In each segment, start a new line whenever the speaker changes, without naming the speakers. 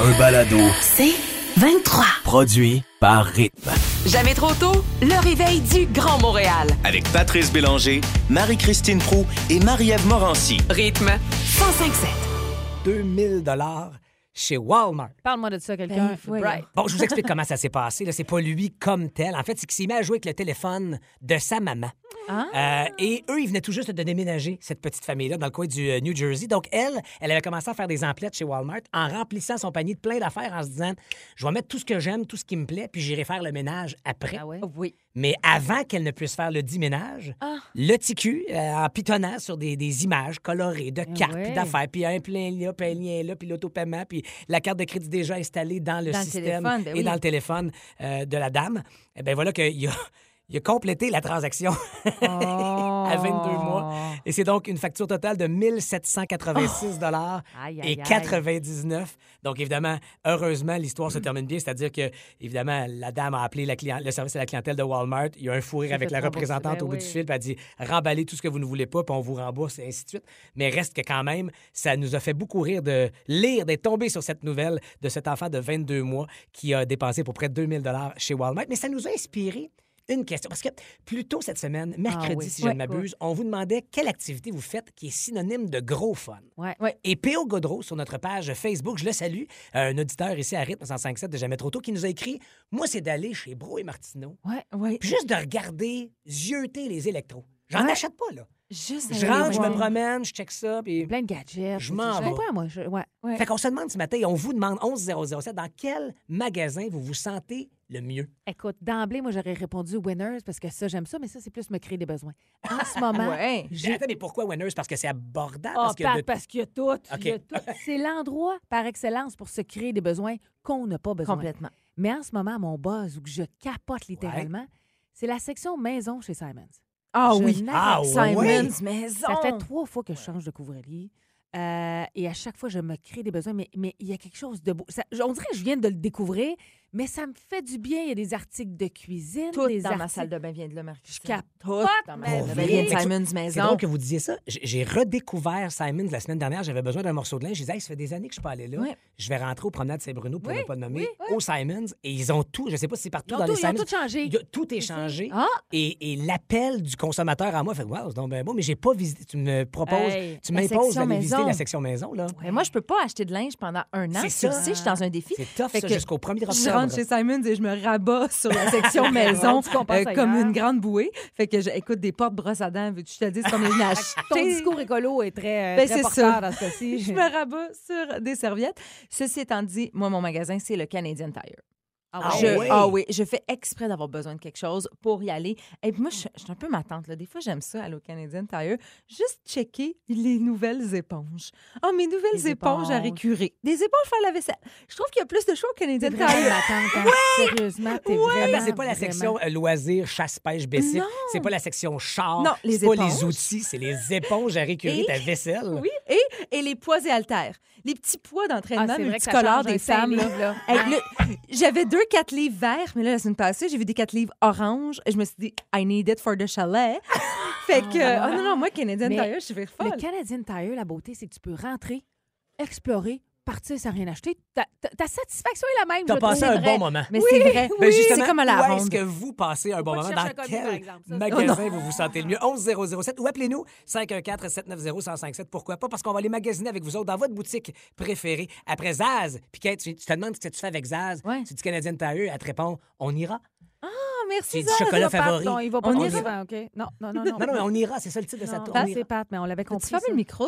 Un balado
C'est 23.
produit par Rythme.
Jamais trop tôt, le réveil du Grand Montréal.
avec Patrice Bélanger, Marie-Christine Prou et Marie-Ève Morancy.
Rythme 1057.
2000 dollars chez Walmart.
Parle-moi de ça,
Ben
quelqu'un. Bright.
Bon, je vous explique comment ça s'est passé. là. C'est pas lui comme tel. En fait, c'est qu'il s'est mis à jouer avec le téléphone de sa maman.
Ah.
Euh, et eux, ils venaient tout juste de déménager, cette petite famille-là, dans le coin du euh, New Jersey. Donc, elle, elle avait commencé à faire des emplettes chez Walmart en remplissant son panier de plein d'affaires en se disant Je vais mettre tout ce que j'aime, tout ce qui me plaît, puis j'irai faire le ménage après.
Ben
Ah ouais?
Oui.
Mais avant qu'elle ne puisse faire le dit ménage,
Ah.
le TQ, euh, en pitonnant sur des, des images colorées de cartes, puis
Eh ouais.
d'affaires, puis un plein là, puis un lien là, puis l'autopaiement, puis la carte de crédit déjà installée dans le
Dans le
système
téléphone, ben
et
oui.
dans le téléphone euh, de la dame, eh ben voilà qu'il a, il a complété la transaction
Oh.
à 22 mois. Et c'est donc une facture totale de 1786 dollars
Oh. Aïe, aïe,
et
aïe.
99. Donc évidemment, heureusement, l'histoire se termine bien, c'est-à-dire que évidemment, la dame a appelé la client- le service à la clientèle de Walmart, il y a un fou rire
J'ai
avec
fait
la
rembourser.
représentante
Ben
au bout
oui.
du fil, puis elle dit remballez tout ce que vous ne voulez pas, puis on vous rembourse et ainsi de suite. Mais reste que quand même, ça nous a fait beaucoup rire de lire, d'être tombé sur cette nouvelle de cet enfant de 22 mois qui a dépensé pour près de 2000 dollars chez Walmart, mais ça nous a inspiré une question parce que plus tôt cette semaine, mercredi
Ah oui.
si je
Ouais,
ne m'abuse, on vous demandait quelle activité vous faites qui est synonyme de gros fun.
Ouais. ouais.
Et P.O. Godreau, sur notre page Facebook, je le salue, un auditeur ici à Rythme 105.7 de Jamais Trop Tôt, qui nous a écrit « Moi, c'est d'aller chez Bro et Martineau,
Ouais, ouais.
puis juste de regarder, zioter les électros. J'en
Ouais. Ah
achète pas, là.
Juste
Je
aller
rentre, je me
voir.
promène, je check ça, puis...
Plein de gadgets.
Je m'en vais.
comprends, moi. Je... Ouais. ouais.
Fait qu'on se demande ce matin, et on vous demande 11007, dans quel magasin vous vous sentez le mieux?
Écoute, d'emblée, moi, j'aurais répondu Winners parce que ça, j'aime ça, mais ça, c'est plus me créer des besoins. En ce moment,
Ouais.
J'ai Attends, mais pourquoi Winners? Parce que c'est abordable?
Ah,
parce que
Pat,
de-
parce qu'il y a tout. il y a
OK.
tout. C'est l'endroit par excellence pour se créer des besoins qu'on n'a pas besoin.
Complètement.
Mais en ce moment, mon buzz, où que je capote littéralement, c'est la section maison chez Simons.
Ah
Je
oui.
n'arrête
Ah
Simons
ouais.
Maison.
Ça fait trois fois que je change de couvre-lit. Euh, et à chaque fois, je me crée des besoins, mais mais il y a quelque chose de beau. Ça- on dirait que je viens de le découvrir, mais ça me fait du bien. Il y a des articles de cuisine,
Tout
des
dans ma
articles-
salle de bain vient de là, Marc.
Je capote,
Tout dans ma salle de bain
vie.
vient de
Fait que
Simons
C'est
Maison.
drôle que vous disiez ça. J- J'ai redécouvert Simons la semaine dernière. J'avais besoin d'un morceau de linge. Je disais, Hey, ça fait des années que je suis pas allée là.
Ouais.
Je vais rentrer au promenade Saint-Bruno pour
Oui,
ne pas le nommer,
oui,
au Simons. Et ils ont tout. Je sais pas si c'est
Ils
partout
ont
dans
tout,
les
ils ont
Simons.
tout changé.
Il y a- tout est changé.
Ah!
Et, et l'appel du consommateur à moi fait Wow, c'est donc ben beau, mais j'ai pas visité. Tu me proposes,
Hey,
tu
la
m'imposes
section
d'aller visiter
maison.
la section maison, là.
Mais moi, je peux pas acheter de linge pendant un an.
C'est
Tu
ça.
le sais, je suis dans un défi.
C'est tough,
Fait
ça,
que
jusqu'au 1er
Je
octobre.
rentre chez Simons et je me rabats sur la section maison euh,
Tu compenses ailleurs.
comme une grande bouée. Fait que j'écoute des portes brosses à dents. Veux-tu que je te dise combien je l'ai
Ton
acheté?
discours écolo est très, euh,
Ben,
très
c'est
porteur
ça.
dans ce cas-ci. Ah
Je me rabats sur des serviettes. Ceci étant dit, moi, mon magasin, c'est le Canadian Tire.
Ah
ouais.
je,
ouais?
ah oui, je fais exprès d'avoir besoin de quelque chose pour y aller. Et puis moi, je, je suis un peu ma tante. Là. Des fois, j'aime ça, aller au Canadian Tire, juste checker les nouvelles éponges. Oh, mes nouvelles
Les
éponges. à
éponges.
récurer. Des éponges pour la vaisselle. Je trouve qu'il y a plus de choix au Canadian
T'es vraiment
Tire.
ma tante, hein. Sérieusement, t'es
Ah, ben,
vraiment,
c'est pas la
vraiment-
section euh, loisirs, chasse, pêche, bessic. C'est pas la section char.
Non, les
c'est pas les
éponges.
outils, c'est les éponges à récurer
Et-
ta vaisselle.
Oui, et, et les poids et haltères. Les petits poids
Ah,
d'entraînement
c'est vrai que ça
multicolores
change un
des
cinq
femmes. là.
livres, là.
Hey, le- J'avais deux 4 livres verts, mais là, la semaine passée, j'ai vu des 4 livres orange. Et je me suis dit, I need it for the chalet. fait que, oh non, non, moi, Canadian
Mais
Tire, je suis folle.
Le Canadian Tire, la beauté, c'est que tu peux rentrer, explorer, partir sans rien acheter. Ta, ta- ta satisfaction est la même.
T'as
je
passé
trouve.
un bon moment.
Mais c'est vrai.
Ben justement,
c'est comme à la
où est-ce
ronde.
que vous passez un bon
pas
moment?
que tu
Dans
cherches un commis, par
quel
exemple. Ça, c'est-
magasin vous vous sentez le mieux? 11007 ou appelez-nous 514-790-1057. Pourquoi pas? Parce qu'on va aller magasiner avec vous autres dans votre boutique préférée. Après Zaz, puis Kate, tu, tu te demandes ce que tu fais avec Zaz.
Ouais.
Tu dis Canadienne Tailleux, elle te répond on ira.
Ah, merci,
Tu dis
Zaz.
Il
chocolat
va pas-
favori.
non, il va pas
On
trop
ira.
souvent, OK? Non, non, non, non.
Non, non, mais on ira, c'est ça le titre de sa
Non,
tour.
ça,
On
c'est
ira.
Pat, mais on l'avait
Tu
compris.
fermes
ça.
le micro?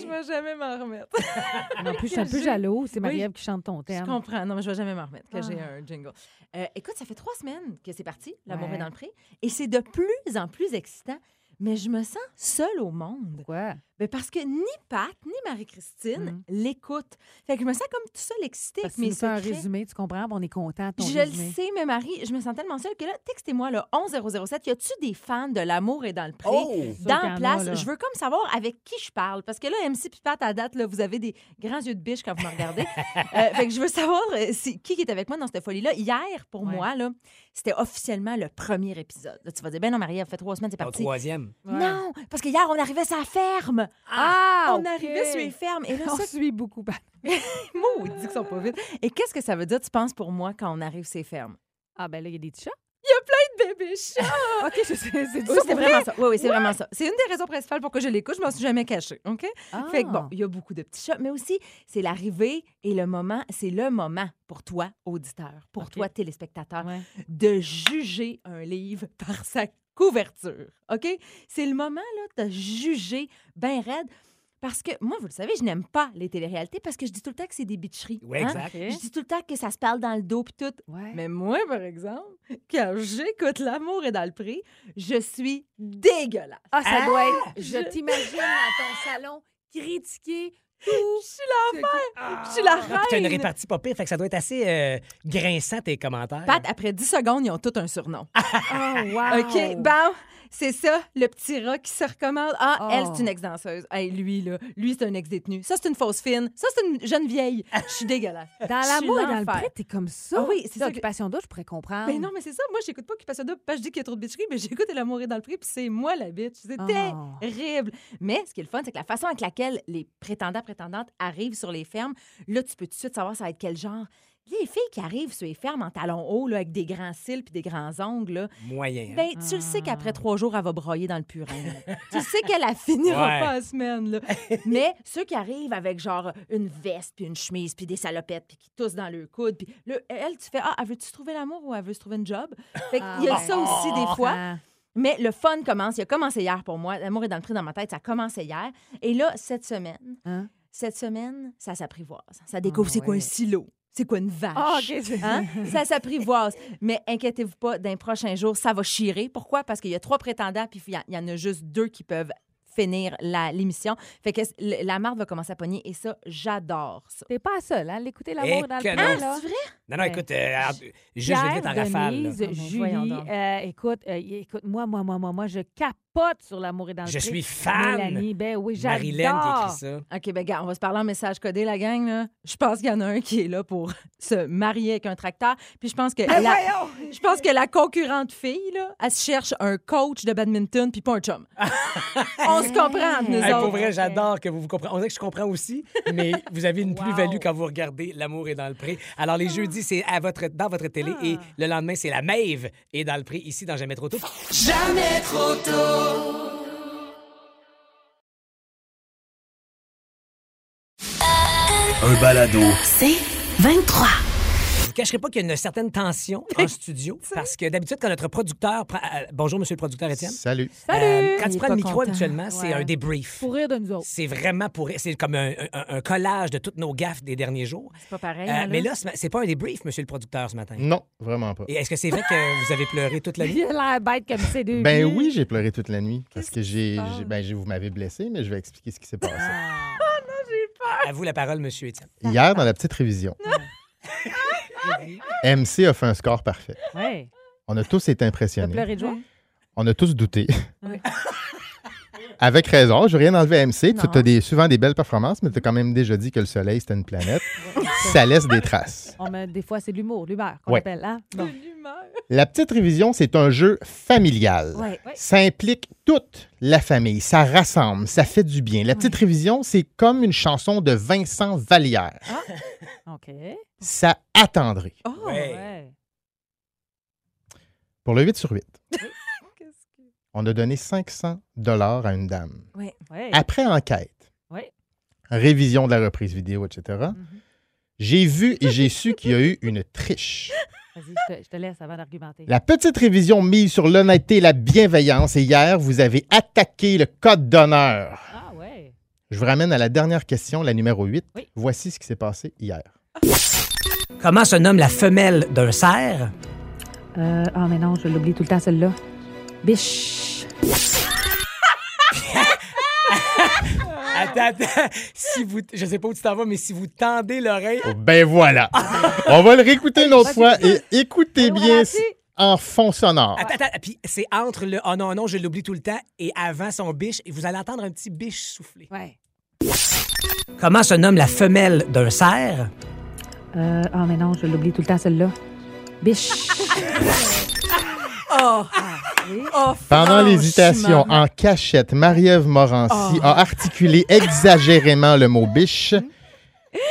Je vais jamais m'en remettre.
Non plus, je suis un peu jaloux. C'est Marie-Ève qui chante ton
Je
thème.
comprends. Non, mais je vais jamais m'en remettre que
Ah.
j'ai un jingle. Euh, écoute, ça fait trois semaines que c'est parti, L'amour
Ouais.
est dans le pré, et c'est de plus en plus excitant. mais je me sens seule au monde.
Quoi?
Ben, parce que ni Pat ni Marie-Christine
Mhm.
l'écoutent. Fait que je me sens comme tout seul excitée
Parce que
avec
tu
mes
nous fais un
secrets.
résumé, tu comprends, puis on est content. de Ton
Je le
résumé.
sais, mais Marie, je me sens tellement seule que là, textez-moi le 11007. Y a-tu des fans de l'amour et dans le pré?
Sûr qu'il y en
Dans
a,
place,
là.
je veux comme savoir avec qui je parle. Parce que là, MC puis Pat, à date, là, vous avez des grands yeux de biche quand vous me regardez. Euh, fait que je veux savoir euh, si- qui qui est avec moi dans cette folie-là. Hier, pour
Ouais.
moi, là, c'était officiellement le premier épisode. Là, tu vas dire, ben non, Marie, elle fait trois semaines, c'est
Au
parti.
troisième.
Ouais.
Non, parce que hier, on arrivait sur la ferme.
Ah!
on arrivait sur les fermes. Et là,
On
ça,
suit beaucoup.
maudit qu'ils sont pas vite. Et qu'est-ce que ça veut dire, tu penses, pour moi, quand on arrive sur les fermes?
Ah, ben là, il y a des petits chats.
Bébé
OK, je sais, c'est du
Oui, c'est vraiment ça. Oui, oui, c'est vraiment ça. C'est une des raisons principales pour que je l'écoute. Je m'en suis jamais cachée. OK? Fait que
Ah.
bon, il y a beaucoup de petits chats, mais aussi, c'est l'arrivée et le moment, c'est le moment pour toi, auditeur, pour
OK.
toi,
Ah.
téléspectateur, de juger un livre par sa couverture. OK? C'est le moment, là, de juger ben raide. Parce que moi, vous le savez, je n'aime pas les téléréalités parce que je dis tout le temps que c'est des bitcheries.
Oui,
hein?
exact.
Je dis tout le temps que ça se parle dans le dos puis tout.
Ouais.
Mais moi, par exemple, quand j'écoute L'amour est dans le prix, je suis dégueulasse.
Ah, ça
Ah!
doit être. Je
Je-
t'imagine dans ton salon critiquer tout.
Je suis la, je suis la reine.
Ah, puis t'as une répartie pas pire, fait que ça doit être assez euh, grinçant tes commentaires.
Pat, après 10 secondes, ils ont tout un surnom.
Oh, wow.
OK, bah, bon, c'est ça, le petit rat qui se recommande. Ah,
Oh.
elle, c'est une ex-danseuse. Hey, lui, là, lui, c'est un ex-détenu. Ça, c'est une fausse fine. Ça, c'est une jeune vieille. Je suis dégueulasse.
Dans
Je suis
l'amour et dans le
l'enfer.
prêt, t'es comme ça.
Ah oui, c'est ça que-
L'occupation d'autre, je pourrais comprendre.
Mais non, mais c'est ça. Moi, j'écoute pas Occupation Double parce que je dis qu'il y a trop de bitcherie, mais j'écoute Elle a mouru dans le prix, puis c'est moi la bitch. C'est
Oh.
terrible. Mais ce qui est le fun, c'est que la façon avec laquelle les prétendants, prétendantes arrivent sur les fermes, là, tu peux tout de suite savoir ça va être quel genre. Les filles qui arrivent sur les fermes en talons hauts, là, avec des grands cils puis des grands ongles, là,
Moyen. hein?
ben, tu le sais qu'après trois jours, elle va broyer dans le purin. là. tu le sais qu'elle la finira
Ouais.
pas en semaine. là. Mais ceux qui arrivent avec genre une veste, puis une chemise, puis des salopettes, puis qui toussent dans le coude, puis là, elle, tu fais Ah, elle veut-tu trouver l'amour ou elle veut se trouver une job? Fait qu'il y a
Ah,
ça aussi des fois.
Ah.
Mais le fun commence. Il a commencé hier pour moi. L'amour est dans le prix dans ma tête. Ça a commencé hier. Et là, cette semaine,
Hein?
cette semaine, ça s'apprivoise. Ça découvre
Ah
c'est quoi
ouais.
un silo. C'est quoi une vache?
Ah, OK. c'est-
Hein? Ça s'apprivoise. Mais inquiétez-vous pas, d'un prochain jour, ça va chirer. Pourquoi? Parce qu'il y a trois prétendants, puis il y en- il y en a juste deux qui peuvent finir la- l'émission. Fait que c- le- la marde va commencer à pogner et ça, j'adore ça.
T'es pas seul, hein? L'écouter
Eh
l'amour et dans le
que
prêt,
non.
là.
Non, non,
Ouais.
écoute, euh, alors, juste
Pierre,
je vais en rafale. là.
Denise,
Ah, ben, voyons
Julie,
donc.
euh, écoute, euh, y- écoute, moi, moi, moi, moi, moi, je capote sur l'amour et dans le
Je
pré.
suis fan.
Mélanie, ben oui, j'adore.
Marilyn qui écrit ça.
OK, ben gars, on va se parler en message codé, la gang. là. Je pense qu'il y en a un qui est là pour se marier avec un tracteur. Puis je pense que, la, je pense que la concurrente fille, là, elle se cherche un coach de badminton puis pas un chum. on se comprend entre nous
Hey,
autres.
pour vrai, j'adore que vous vous compreniez. On dirait que je comprends aussi, mais vous avez une
Wow.
plus-value quand vous regardez L'amour est dans le pré. Alors, les jeudis, c'est à votre, dans votre télé et le lendemain, c'est La Maeve est dans le pré ici dans Jamais trop tôt.
Un balado.
C'est 23.
Je vous cacherai pas qu'il y a une certaine tension en studio parce que d'habitude, quand notre producteur. prend- euh, bonjour, monsieur le producteur Étienne.
Salut.
Euh, quand
Il
tu
est pas
prends le micro
content.
habituellement, c'est
Ouais.
un débrief.
Pour rire de nous autres.
C'est vraiment pour. C'est comme un, un- un collage de toutes nos gaffes des derniers jours.
C'est pas pareil.
Euh,
hein,
mais là, ce ma- c'est pas un débrief, monsieur le producteur, ce
Hein?
matin.
Non, vraiment pas.
Et est-ce que c'est vrai que vous avez pleuré toute la nuit?
Il a l'air bête comme c'est deux.
Ben oui, j'ai pleuré toute la nuit parce
Qu'est-ce
que j'ai,
passe?
j'ai- ben j'ai- vous m'avez blessé, mais je vais expliquer ce qui s'est passé.
Ah,
À vous la parole, monsieur Étienne.
Hier, dans la petite révision, MC a fait un score parfait.
Ouais.
On a tous été
T'as
impressionnés.
pleuré de joie?
On a tous douté.
Oui.
Avec raison, je veux rien enlever à MC.
Non.
Tu as des, souvent des belles performances, mais tu as quand même déjà dit que le Soleil, c'était une planète. Ça laisse des traces.
On met- des fois, c'est de l'humour, l'humeur qu'on
Ouais.
appelle, hein?
là.
Bon.
De l'humeur.
La petite révision, c'est un jeu familial.
Ouais. Ouais.
Ça implique toute la famille. Ça rassemble, ça fait du bien. La petite révision, c'est comme une chanson de Vincent Vallière.
OK.
Ça attendrait.
Oh,
Ouais.
Ouais.
Pour le 8 sur 8,
qu'est-ce que-
on a donné 500 dollars à une dame.
Ouais.
Après enquête,
Ouais.
révision de la reprise vidéo, etc.,
Mhm.
j'ai vu et j'ai su qu'il y a eu une triche.
Vas-y, je te, je te laisse avant d'argumenter.
La petite révision mise sur l'honnêteté et la bienveillance. Et hier, vous avez attaqué le code d'honneur.
Ah ouais.
Je vous ramène à la dernière question, la numéro 8.
Oui.
Voici ce qui s'est passé hier.
Comment se nomme la femelle d'un cerf?
Euh, ah, mais non, je l'oublie tout le temps, celle-là. Biche.
Attends, attends. Si vous, je sais pas où tu t'en vas, mais si vous tendez l'oreille.
Ben voilà. On va le réécouter une autre fois et écoutez bien en fond sonore.
Attends, attends. Puis c'est entre le oh non, non, je l'oublie tout le temps et avant son biche. Et vous allez entendre un petit biche souffler.
Ouais.
Comment se nomme la femelle d'un cerf?
Euh, oh, mais non, je l'oublie tout le temps, celle-là. Biche.
Oh, oh,
Pendant
franchement. Ah,
l'hésitation, en cachette, Marie-Ève
Oh.
Morancy a articulé exagérément le mot biche.
Hmm?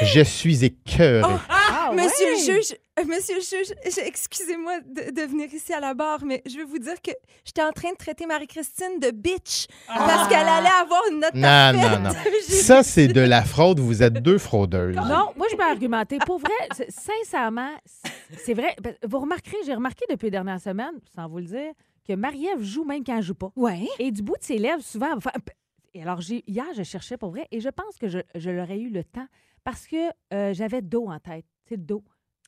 Je suis écœuré.
Ah,
Monsieur
ouais.
le juge, euh, monsieur le juge, j'ai- excusez-moi de, de venir ici à la barre, mais je veux vous dire que j'étais en train de traiter Marie-Christine de bitch
Ah.
parce qu'elle allait avoir une note
Non, non,
parfaite.
non.
J'ai-
Ça, c'est de la fraude. Vous êtes deux fraudeuses.
Non, moi, je peux argumenter. Pour vrai, c'est- sincèrement, c'est- c'est vrai. Ben, Vous remarquerez, j'ai remarqué depuis les dernières semaines, sans vous le dire, que Marie-Ève joue même quand elle joue pas.
Ouais.
Et du bout de ses lèvres, souvent, elle va faire- Et alors, j'ai- hier, je cherchais pour vrai et je pense que je, je l'aurais eu le temps parce que euh, j'avais dos en tête. C'est le dos.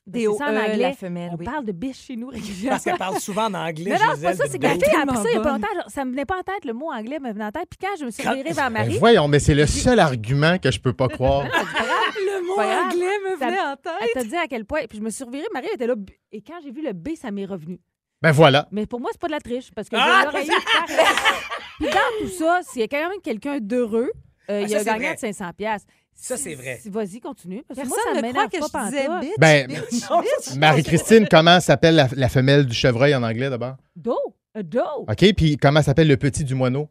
Des
C'est ça en
O-E,
anglais.
E, la femelle,
On
oui.
parle de biche chez nous régulièrement.
Parce qu'elle parle souvent en anglais.
Mais non, c'est pas
Gisèle,
ça,
de
c'est que la
dos.
fille a appris ça il y a pas
Tellement
longtemps. genre, Ça me venait pas en tête, le mot anglais me venait en tête. Puis quand je me suis
Quand-
virée vers
Ben
Marie,
voyons, mais c'est le seul argument que je peux pas croire.
Le mot
Pas grave.
anglais me
Ça-
venait en
elle
tête.
t'a dit à quel point. Puis je me suis revirée, Marie était là. B- Et quand j'ai vu le B, ça m'est revenu.
Ben voilà.
Mais pour moi, c'est pas de la triche parce que
Ah!
je l'aurais eu. pareil. Puis dans tout ça, s'il y a quand même quelqu'un d'heureux, euh, il
Ah, ça,
a
c'est
gagné
vrai.
de 500 piastres.
Ça, c'est vrai.
Vas-y, continue. Parce que
Personne
moi, ça
ne
m'énerve
croit que
pas
je disais
pantoute.
bitch.
Ben,
bitch,
Non,
bitch.
Marie-Christine, comment s'appelle la, la femelle du chevreuil en anglais d'abord?
Do, a do.
OK? Puis comment s'appelle le petit du moineau?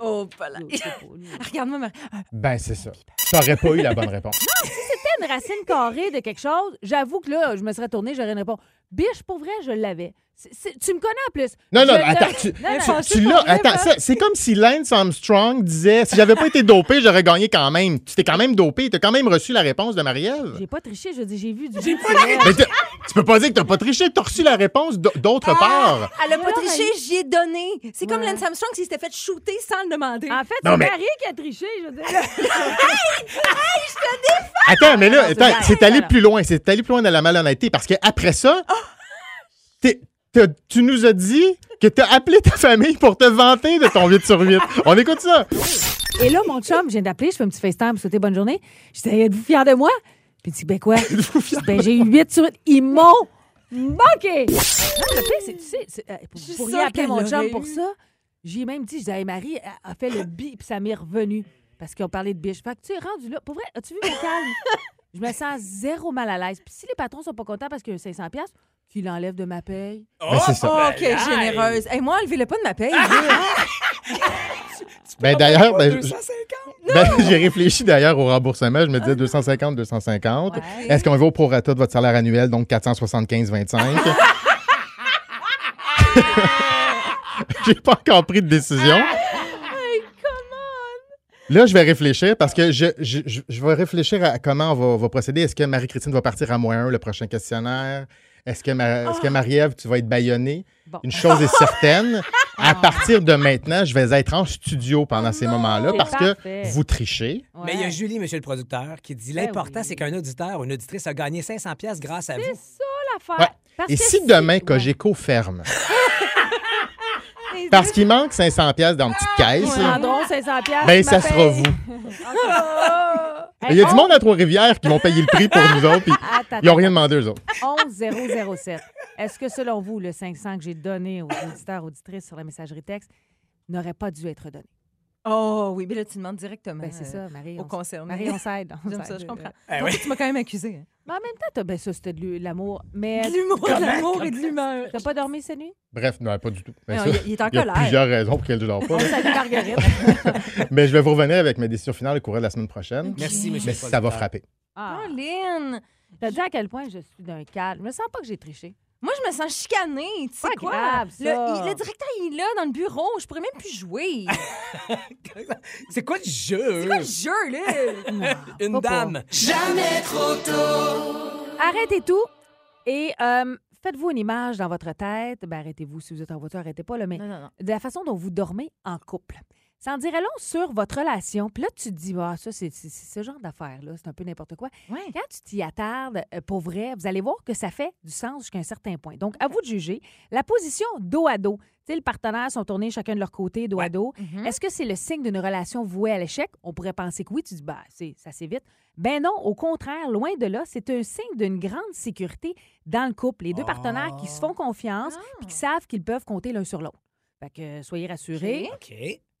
Oh, voilà.
Do, Euh, c'est beau, lui.
Ah, Regarde-moi, Marie.
Ben, c'est ça. T'aurais pas eu la bonne réponse.
C'était une racine carrée de quelque chose. J'avoue que là, je me serais tournée, j'aurais répondu. Biche, pour vrai, je l'avais. C'est- c'est- tu me connais en plus.
Non, non,
Je
attends,
l'ai-
tu-
Non, non.
Tu- tu l'as. Attends, ça, c'est comme si Lance Armstrong disait si j'avais pas été dopé, j'aurais gagné quand même. Tu t'es quand même dopé, t'as quand même reçu la réponse de Marie-Ève.
J'ai pas triché, je dis j'ai vu du
Mais t'as- tu peux pas dire que t'as pas triché, t'as reçu la réponse d'au- d'autre
Ah!
part.
Elle a pas
Non,
triché, j'y ai donné. C'est comme
Ouais. Ah,
Lance Armstrong s'il s'était fait shooter sans le demander.
En fait,
Ben, Non,
c'est
mais-
Marie qui a triché, je veux dire.
Attends, mais là,
Ah, non, c'est
attends,
vrai.
c'est allé
Alors.
plus loin, c'est allé plus loin dans la malhonnêteté parce que après ça,
Ah!
t'es- t'as- tu nous as dit que t'as appelé ta famille pour te vanter de ton 8 sur 8. On écoute ça.
Et là, mon chum, je viens d'appeler, je fais un petit FaceTime, me souhaiter bonne journée. Je dis, êtes-vous fiers de moi? Puis il dit, ben quoi? Je dis, ben j'ai eu 8 sur 8. Ils m'ont manqué! Non, le pire, c'est, tu sais, c'est, euh, pour-
suis
vous pourriez
sûre
appeler
qu'elle
mon chum
l'aurait
pour
eu.
ça. J'ai même dit, je dis, Hey, Marie elle a fait le bi, puis ça m'est revenu. Parce qu'ils ont parlé de biche. Fait que tu es rendu là. Pour vrai, as-tu vu mon calme? Je me sens zéro mal à l'aise. Puis si les patrons sont pas contents parce qu'il y a eu 500$, piastres, qu'ils l'enlèvent de ma paye.
Ben, c'est ça.
Oh, quelle généreuse. Et moi, enlevez-le pas de ma paye.
Ah,
Ben
Oh,
d'ailleurs, ben, je-
250.
ben, j'ai réfléchi d'ailleurs au remboursement. Je me disais 250, 250. Est-ce qu'on va au prorata de votre salaire annuel, donc 475,25? j'ai pas encore pris de décision. Là, je vais réfléchir parce que je, je, je- je vais réfléchir à comment on va, va procéder. Est-ce que Marie-Christine va partir à moins un le prochain questionnaire? Est-ce que, Ma- est-ce que Marie-Ève, tu vas être baillonnée?
Bon.
Une chose est certaine, à partir de maintenant, je vais être en studio pendant ces moments-là
C'est
parce
parfait.
que vous trichez.
Mais il y a
Ouais.
Julie, monsieur le producteur, qui dit
Ben
l'important,
oui.
c'est qu'un auditeur ou une auditrice a gagné 500 pièces grâce à vous.
C'est ça l'affaire.
Ouais.
Parce
Et
que
si demain
ouais.
Cogeco ferme? Parce qu'il manque 500 pièces dans une petite caisse,
Ils prendront 500 piastres,
Ah, ben
ma
ça sera
paye.
vous. Il y a du
Hey,
monde à Trois-Rivières qui vont payer le prix pour nous autres, puis
Ah,
Attends,
ils n'ont rien demandé aux autres.
11007. Est-ce que selon vous, le 500 que j'ai donné aux auditeurs, auditrices sur la messagerie texte n'aurait pas dû être donné?
Oh oui, mais là, tu demandes directement. euh,
Ben, c'est ça,
Au
Marie. on s-
concerné.
Marie, on s'aide. on
J'aime
s'aide. euh.
ça, je comprends.
Eh
Tantôt,
oui.
Tu m'as quand même accusé. hein.
Mais en même temps, t'as- ben ça, c'était de l'hu- l'amour. Mais
De l'humour, de l'amour et de l'humeur.
t'as pas dormi cette nuit?
Bref, non, pas du tout. Ben
Non,
ça,
il- il est en
il y a
colère.
plusieurs raisons pour qu'elle ne dort pas.
On salue Marguerite.
Mais je vais vous revenir avec mes décisions finales au courrier de la semaine prochaine.
Merci, monsieur
Mais
le
ça
producteur.
va frapper.
Ah,
Caroline,
t'as dit à quel point je suis d'un calme. Je me sens pas que j'ai triché.
moi, je me sens chicanée. Tu sais
Pas
quoi?
grave, ça.
Le, il- le directeur, il est là dans le bureau. Je pourrais même plus jouer.
C'est quoi le jeu?
Pas le jeu, là.
Une
Pas pour.
dame.
Arrêtez tout et euh, faites-vous une image dans votre tête. Ben, arrêtez-vous si vous êtes en voiture, arrêtez pas, là, mais
non, non, non.
de la façon dont vous dormez en couple. Ça en dirait long sur votre relation. Puis là, tu te dis, ah, ça, c'est c'est- c'est ce genre d'affaire-là, c'est un peu n'importe quoi.
Ouais.
Quand tu t'y attardes, euh, pour vrai, vous allez voir que ça fait du sens jusqu'à un certain point. Donc, à vous de juger. La position dos à dos. Tu sais, le partenaire sont tournés chacun de leur côté, dos à dos.
Mhm.
Est-ce que c'est le signe d'une relation vouée à l'échec? On pourrait penser que oui, tu dis, bah, c'est, ça s'évite. Ben non, au contraire, loin de là, c'est un signe d'une grande sécurité dans le couple. Les deux partenaires qui se font confiance
Ah,
puis qui savent qu'ils peuvent compter l'un sur l'autre. Fait que euh, soyez rassurés.
OK.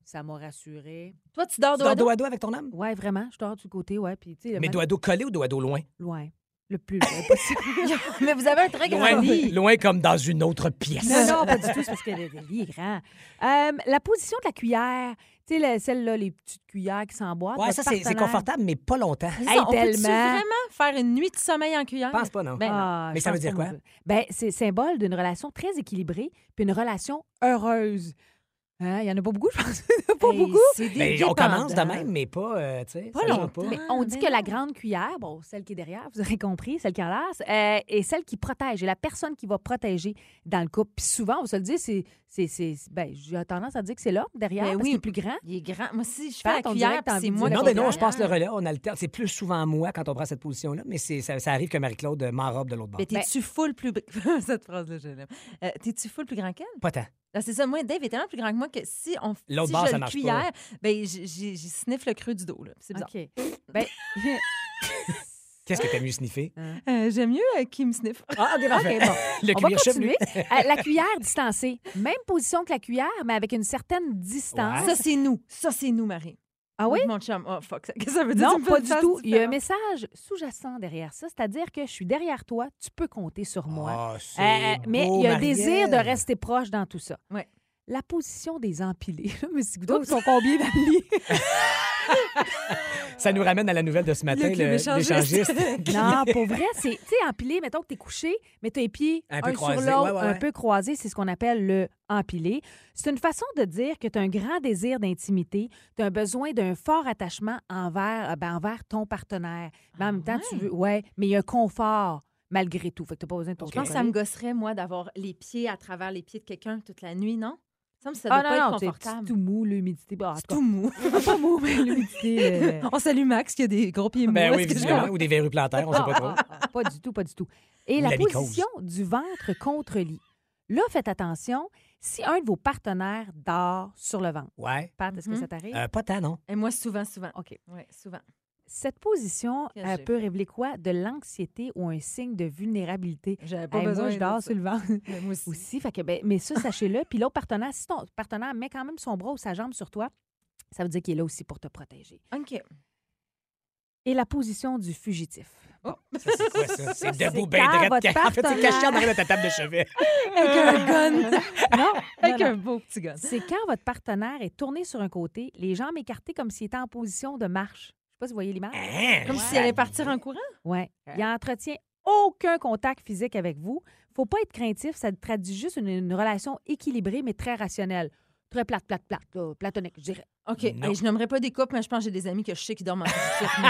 Ça m'a rassuré.
Toi, tu dors
Tu
dos
dors
à dos.
dos à dos avec ton âme?
Ouais, vraiment, je dors du côté, ouais. Puis, tu sais, le
Mais
même-
dos à dos collé ou dos à dos loin?
loin. Le plus loin possible.
Mais vous avez un très grand
Loin,
lit.
loin comme dans une autre pièce.
Non, non, pas du tout, c'est parce que le, le lit est grand. Euh, la position de la cuillère, tu sais, le- celle-là, les petites cuillères qui s'emboîtent.
Ouais,
votre
ça, c'est c'est
partenaire-
confortable, mais pas longtemps.
Hey,
Hey,
Ah, on peut-tu
tellement.
vraiment faire une nuit de sommeil en cuillère?
Je pense pas, non.
Ben, non.
Ah,
Mais
je
ça veut
pense
dire
qu'on
quoi?
peut. Ben, c'est symbole d'une relation très équilibrée puis une relation heureuse. Hein, Il n'y en a pas beaucoup, je pense. Il y en a pas
Hey,
beaucoup.
c'est des
Ben, on
dépendants.
commence de même, mais pas, euh, tu sais,
Pas
ça
longtemps.
gêne pas.
Mais on dit
ben
que la
non.
grande cuillère, bon, celle qui est derrière, vous aurez compris, celle qui enlace, euh, est celle qui protège, est la personne qui va protéger dans le couple. Puis souvent, on va se le dire, c'est, c'est, c'est, ben, j'ai tendance à dire que c'est l'homme derrière,
Ben
parce
oui.
qu'il est plus grand.
Il est grand. Moi, si je
Pat,
fais la
on dirait
cuillère,
que t'as
puis
envie
c'est
de
moi
dire
Non,
qui
mais
mais
non, je passe le
cuillère.
relais, on alterne. C'est plus souvent moi quand on prend cette position-là, mais c'est- ça, ça arrive que Marie-Claude m'enrobe de l'autre bord.
Mais t'es-tu full plus... br- Cette phrase-là, je l'aime. Euh, t'es-tu full plus grand qu'elle?
Pas tant.
Ah, c'est ça. Moi, Dave est tellement plus grand que moi que si on si
L'autre bord,
je
ça
le
marche pas.
cuillère, ben, j- j- j'y sniffe le creux du dos. là. C'est bizarre.
OK. Ben,
Qu'est-ce que t'as mieux sniffer?
Euh, J'aime mieux euh, qu'il me sniffe.
Ah, ok,
OK, bon.
Le
On va
cuir chevelu.
continuer. Euh, la cuillère distancée. Même position que la cuillère, mais avec une certaine distance.
Ça, c'est nous. Ça, c'est nous, Marie.
Ah oui?
Mon chum. Oh, fuck. Qu'est-ce que ça veut dire?
Non,
Tu me
pas
fais
du
une
tout.
face
Il y a un
différente.
message sous-jacent derrière ça, c'est-à-dire que je suis derrière toi, tu peux compter sur moi.
Ah, c'est
Euh, mais
beau,
il y a un
Marie-Ève.
désir de rester proche dans tout ça.
Ouais.
La position des empilés. mais c'est ils sont combien dans le lit?
Ça nous ramène à la nouvelle de ce matin,
Le
le-
club échangiste.
l'échangiste.
non, pour vrai, c'est, tu sais, empilé, mettons que t'es couché, mais t'as les pieds
Un
un,
peu croisés,
sur l'autre,
ouais, ouais,
un
ouais.
peu croisés, c'est ce qu'on appelle le empilé. C'est une façon de dire que t'as un grand désir d'intimité, t'as un besoin d'un fort attachement envers, euh, ben, envers ton partenaire. Mais
Ah
en même temps, tu veux, ouais, mais il y a un confort malgré tout. Fait que t'as pas besoin de ton
Je pense que ça me gosserait, moi, d'avoir les pieds à travers les pieds de quelqu'un toute la nuit, non? Ça me semble ça
ah
doit
non,
pas
non,
être
c'est-
confortable.
c'est tout mou, l'humidité. Bah, en
C'est
tout cas,
tout mou.
pas mou, mais l'humidité. euh, le-
On salue Max qui a des gros pieds mous.
Ben oui,
Est-ce que je
visiblement. Ou des verrues plantaires, Hein, on sait pas trop.
Ah, ah, ah, pas du tout, pas du tout. Et
Ou
la,
la mycose.
position du ventre contre lit. Là, faites attention. Si un de vos partenaires dort sur le ventre,
Ouais.
Pat, est-ce que
Mhm.
ça t'arrive?
Euh, pas tant, non.
Et moi, souvent, souvent.
OK.
Oui, souvent.
Cette position
Qu'est-ce que
euh,
j'ai
peut révéler quoi? De l'anxiété ou un signe de vulnérabilité.
J'avais
Hey, moi, je dors sur le ventre
le... Moi aussi.
aussi. Fait que, ben, mais ça, sachez-le. Puis l'autre partenaire, si ton partenaire met quand même son bras ou sa jambe sur toi, ça veut dire qu'il est là aussi pour te protéger.
OK.
Et la position du fugitif.
Ça, c'est quoi, ça? C'est
C'est
debout,
quand
ben
votre
drette. En fait, c'est caché en
partenaire-
arrière de ta table de chevet.
Avec un gun.
Non,
Avec
non,
un beau petit gun.
C'est quand votre partenaire est tourné sur un côté, les jambes écartées comme s'il était en position de marche. Je sais pas si vous voyez l'image.
Hein?
Comme si elle allait partir en courant.
Ouais. Il entretient aucun contact physique avec vous. Faut pas être craintif, ça traduit juste une, une relation équilibrée mais très rationnelle. Très plate, plate, plate, là, platonique, je dirais.
OK.
Non.
Hey, je nommerai pas des couples, mais je pense que j'ai des amis que je sais qui dorment en courant.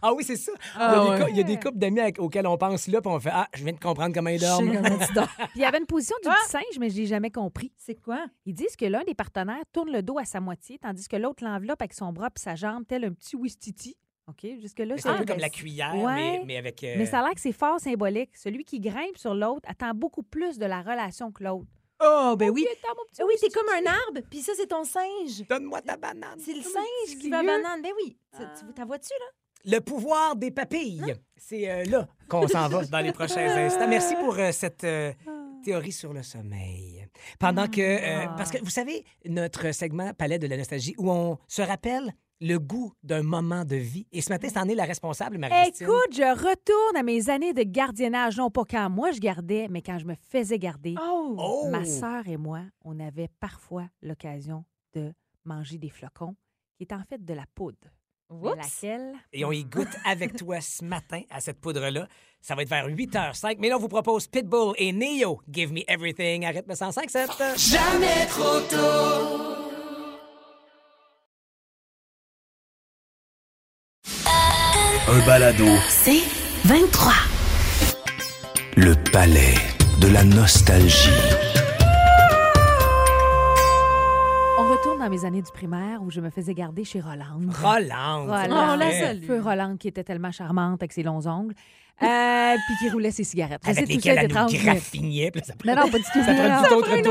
Ah oui, c'est ça.
Ah
il, y a des
ouais.
cou- il y a des couples d'amis avec- auxquels on pense là, puis on fait Ah, je viens de comprendre comment ils
Je sais
dorment.
comment tu dors.
Puis il y avait une position du petit singe, mais je l'ai jamais compris.
C'est quoi?
Ils disent que l'un des partenaires tourne le dos à sa moitié, tandis que l'autre l'enveloppe avec son bras puis sa jambe, tel un petit whistiti. OK, jusque-là,
C'est un
ça-
peu comme la cuillère,
Ah, Ouais.
mais, mais avec. euh,
Mais ça a l'air que c'est fort symbolique. Celui qui grimpe sur l'autre attend beaucoup plus de la relation que l'autre.
Oh, ben oui.
Attends, mon petit
Ah oui, t'es comme un arbre, puis ça, c'est ton singe.
Donne-moi ta banane.
C'est le
Comme un
singe
petit
qui va à
vieux.
banane. Ben oui. Tu- tu- T'as vois-tu, là?
Le pouvoir des papilles. C'est euh, là qu'on s'en va dans les prochains instants. Merci pour euh, cette euh, théorie sur le sommeil. Pendant que. euh,
Ah.
parce que vous savez, notre segment Palais de la nostalgie, où on se rappelle le goût d'un moment de vie. Et ce matin, c'en est la responsable,
Ben,
Marie-Christine.
Écoute, je retourne à mes années de gardiennage, non pas quand moi je gardais, mais quand je me faisais garder.
Oh!
Oh!
Ma sœur et moi, on avait parfois l'occasion de manger des flocons, qui est en fait de la poudre. Mais
Oups!
Laquelle?
Et on y goûte avec toi ce matin à cette poudre-là. Ça va être vers 8h05. Mais là, on vous propose Pitbull et Neo. Give me everything. Arrête me 105, 7.
Un balado.
C'est 23.
Le palais de la nostalgie.
On retourne dans mes années du primaire où je me faisais garder chez Roland.
Roland.
Roland.
Oh, la
Ouais.
seule.
Feu Roland qui était tellement charmante avec ses longs ongles. euh, puis qui roulait ses cigarettes. Je sais,
Avec
tout ça
lesquels
est
elle nous
étrange, mais-
graffignait. puis là, ça
Mais non, pas du tout.
Ça
Non,
prend
non.
du autre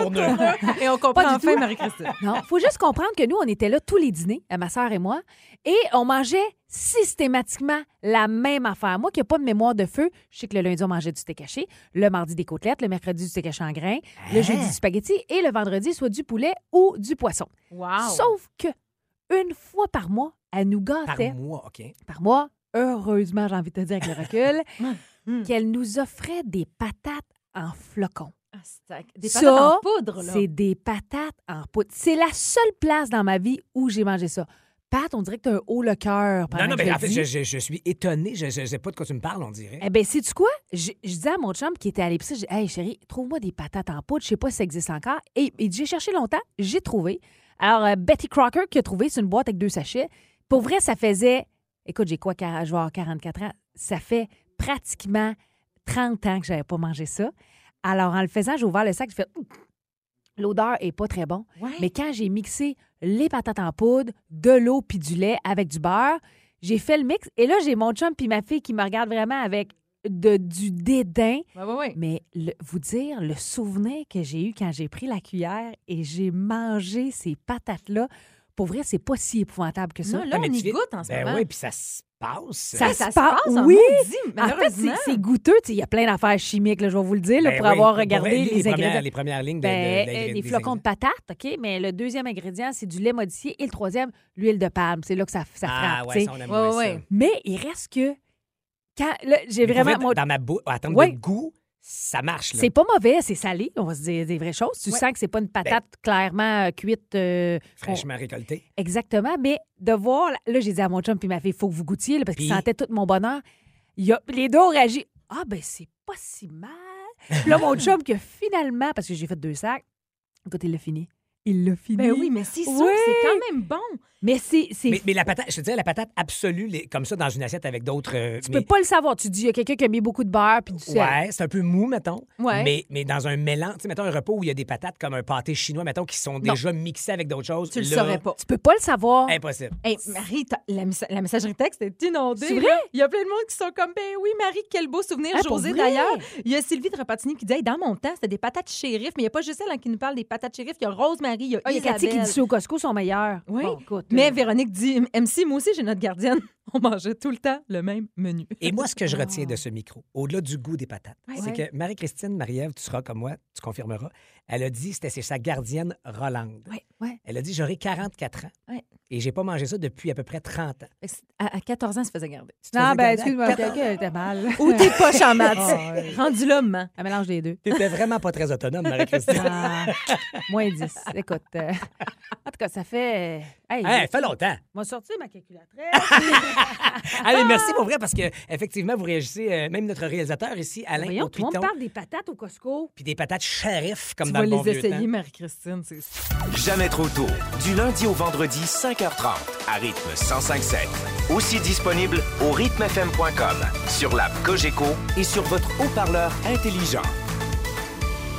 tournure.
Et on
Pas du
comprend enfin
tout.
Marie-Christine.
Non, faut juste comprendre que nous, on était là tous les dîners, euh, ma sœur et moi, et on mangeait systématiquement la même affaire. Moi qui n'ai pas de mémoire de feu, je sais que le lundi, on mangeait du thé caché, le mardi des côtelettes, le mercredi du thé caché en grains,
Hein?
le jeudi du spaghetti et le vendredi, soit du poulet ou du poisson.
Wow.
Sauf que, une fois par mois, elle nous
Par
gâtait,
mois, OK.
par mois, Hmm. heureusement, j'ai envie de te dire avec le recul, qu'elle nous offrait des patates en flocons.
Ah, c'est- des
Ça,
patates en poudre, là.
C'est des patates en poudre. C'est la seule place dans ma vie où j'ai mangé ça. Pat, on dirait que t'as un haut le cœur. pendant
Non, non,
que
mais
je
en fait,
le
je,
dis.
je- je suis étonné. Je ne sais pas de quoi tu me parles, on dirait.
Eh bien, sais-tu quoi? Je, je dis à mon chum qui était à l'épicerie, je dis, Hey chérie, trouve-moi des patates en poudre, je sais pas si ça existe encore. Et, et j'ai cherché longtemps, j'ai trouvé. Alors, euh, Betty Crocker qui a trouvé, c'est une boîte avec deux sachets. Pour vrai, ça faisait, écoute, j'ai quoi, quar- je vais avoir 44 ans, ça fait pratiquement 30 ans que j'avais pas mangé ça. Alors, en le faisant, j'ai ouvert le sac, j'ai fait, Ouh, l'odeur est pas très bon.
Ouais.
Mais quand j'ai mixé les patates en poudre, de l'eau puis du lait avec du beurre, j'ai fait le mix. Et là, j'ai mon chum puis ma fille qui me regarde vraiment avec de, du dédain.
Ouais, ouais, ouais.
Mais le- vous dire le souvenir que j'ai eu quand j'ai pris la cuillère et j'ai mangé ces patates-là, pour vrai, c'est pas si épouvantable que ça.
Non, là,
mais
on
tu
y
viens-
goûte en ce
Ben
moment.
oui, puis ça se passe.
Ça
Ça
se
se
passe,
passe, en
oui.
maudit,
En fait, c'est-
malheureusement.
c'est goûteux. Tu sais, Il y a plein d'affaires chimiques, là, je vais vous le dire, là,
Ben
pour
oui,
avoir
pour
regardé
vrai,
les,
les,
ingrédients.
premières, les premières lignes de, de-
Ben,
de-
euh,
des
des flocons de patates, OK? Mais le deuxième ingrédient, c'est du lait modifié. Et le troisième, l'huile de palme. C'est là que ça, ça
Ah,
frappe. tu
ouais,
sais.
ça, on aime
Ouais,
moins
ouais.
ça.
Mais il reste que. Quand, là, j'ai
Mais pour
vraiment.
vrai,
mon-
Dans ma bouche, en termes
Ouais.
de goût, ça marche. Là.
C'est pas mauvais, c'est salé, on va se dire des vraies choses. Tu
Ouais. Ben.
sens que c'est pas une patate clairement euh, cuite. euh,
Fraîchement récolté.
Exactement, mais de voir. Là, j'ai dit à mon chum puis ma fille, faut que vous goûtiez, là, parce qu'il
Puis-
sentait tout mon bonheur. Il a- les deux ont réagi. Ah, ben, c'est pas si mal. Puis là, mon chum, que finalement, parce que j'ai fait deux sacs, écoute, il l'a fini. Il l'a fini.
Ben oui, mais c'est sûr,
Oui.
c'est quand même bon.
Mais c'est. c'est-
Mais, mais la patate, je te dirais, la patate absolue, les- comme ça, dans une assiette avec d'autres. euh,
tu
mais-
peux pas le savoir. Tu dis, il y a quelqu'un qui a mis beaucoup de beurre puis du sel.
Ouais, c'est un peu mou, mettons.
Ouais.
Mais, mais dans un mélange, tu sais, mettons un repas où il y a des patates comme un pâté chinois, mettons, qui sont déjà mixées avec d'autres choses.
Tu le
là,
saurais pas.
Tu peux pas le savoir.
Eh,
Impossible.
Hey, Marie, t'as- la, messa- la messagerie texte est inondée.
C'est
là. Il y a plein de monde qui sont comme, ben oui, Marie, quel beau souvenir.
Ah, pour
José,
vrai?
d'ailleurs, il y a Sylvie de Repatigny qui dit, Hey, dans mon temps, c'était des patates shérif, mais il n'y a pas juste elle hein, qui nous parle des patates shérif. Il y a Rosemary, il y a
Ah, Il y a Cathy qui
Isabelle.
dit ceux au Costco sont meilleurs.
Oui,
Bon, écoute,
mais
euh,
Véronique dit, MC, moi aussi, j'ai notre gardienne. On mangeait tout le temps le même menu.
Et moi, ce que je retiens de ce micro, au-delà du goût des patates,
Ouais.
c'est que Marie-Christine, Marie-Ève, tu seras comme moi, tu confirmeras, elle a dit, c'était c'est sa gardienne Rolande.
Ouais,
ouais.
Elle a dit, j'aurai 44 ans
Ouais.
et j'ai pas mangé ça depuis à peu près 30 ans.
Fait que c'est- À, à 14 ans, elle se faisait garder. Ah,
Non, ben,
faisais Oh,
excuse-moi, quelqu'un était mal.
Ou t'es poche en maths.
Ah, ouais.
Rendu hein. là, maman.
Un mélange des deux.
T'étais vraiment pas très autonome, Marie-Christine.
Ah, moins 10. Écoute. euh, en tout cas, ça fait. euh, Hey,
Hey, fait longtemps.
m'a sorti ma calculatrice.
Allez, merci pour vrai, parce que effectivement, vous réagissez, euh, même notre réalisateur ici, Alain
Voyons, tout le monde
Autuiton,
parle des patates au Costco.
puis des patates shérif, comme
Tu
dans
vas
le bon
les
vieux temps.
essayer, Marie-Christine. c'est-
Jamais trop tôt. Du lundi au vendredi, 5h30, à rythme 105.7. Aussi disponible au rythmefm.com, sur l'app Cogeco et sur votre haut-parleur intelligent.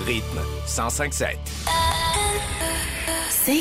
Rythme 105.7.
C'est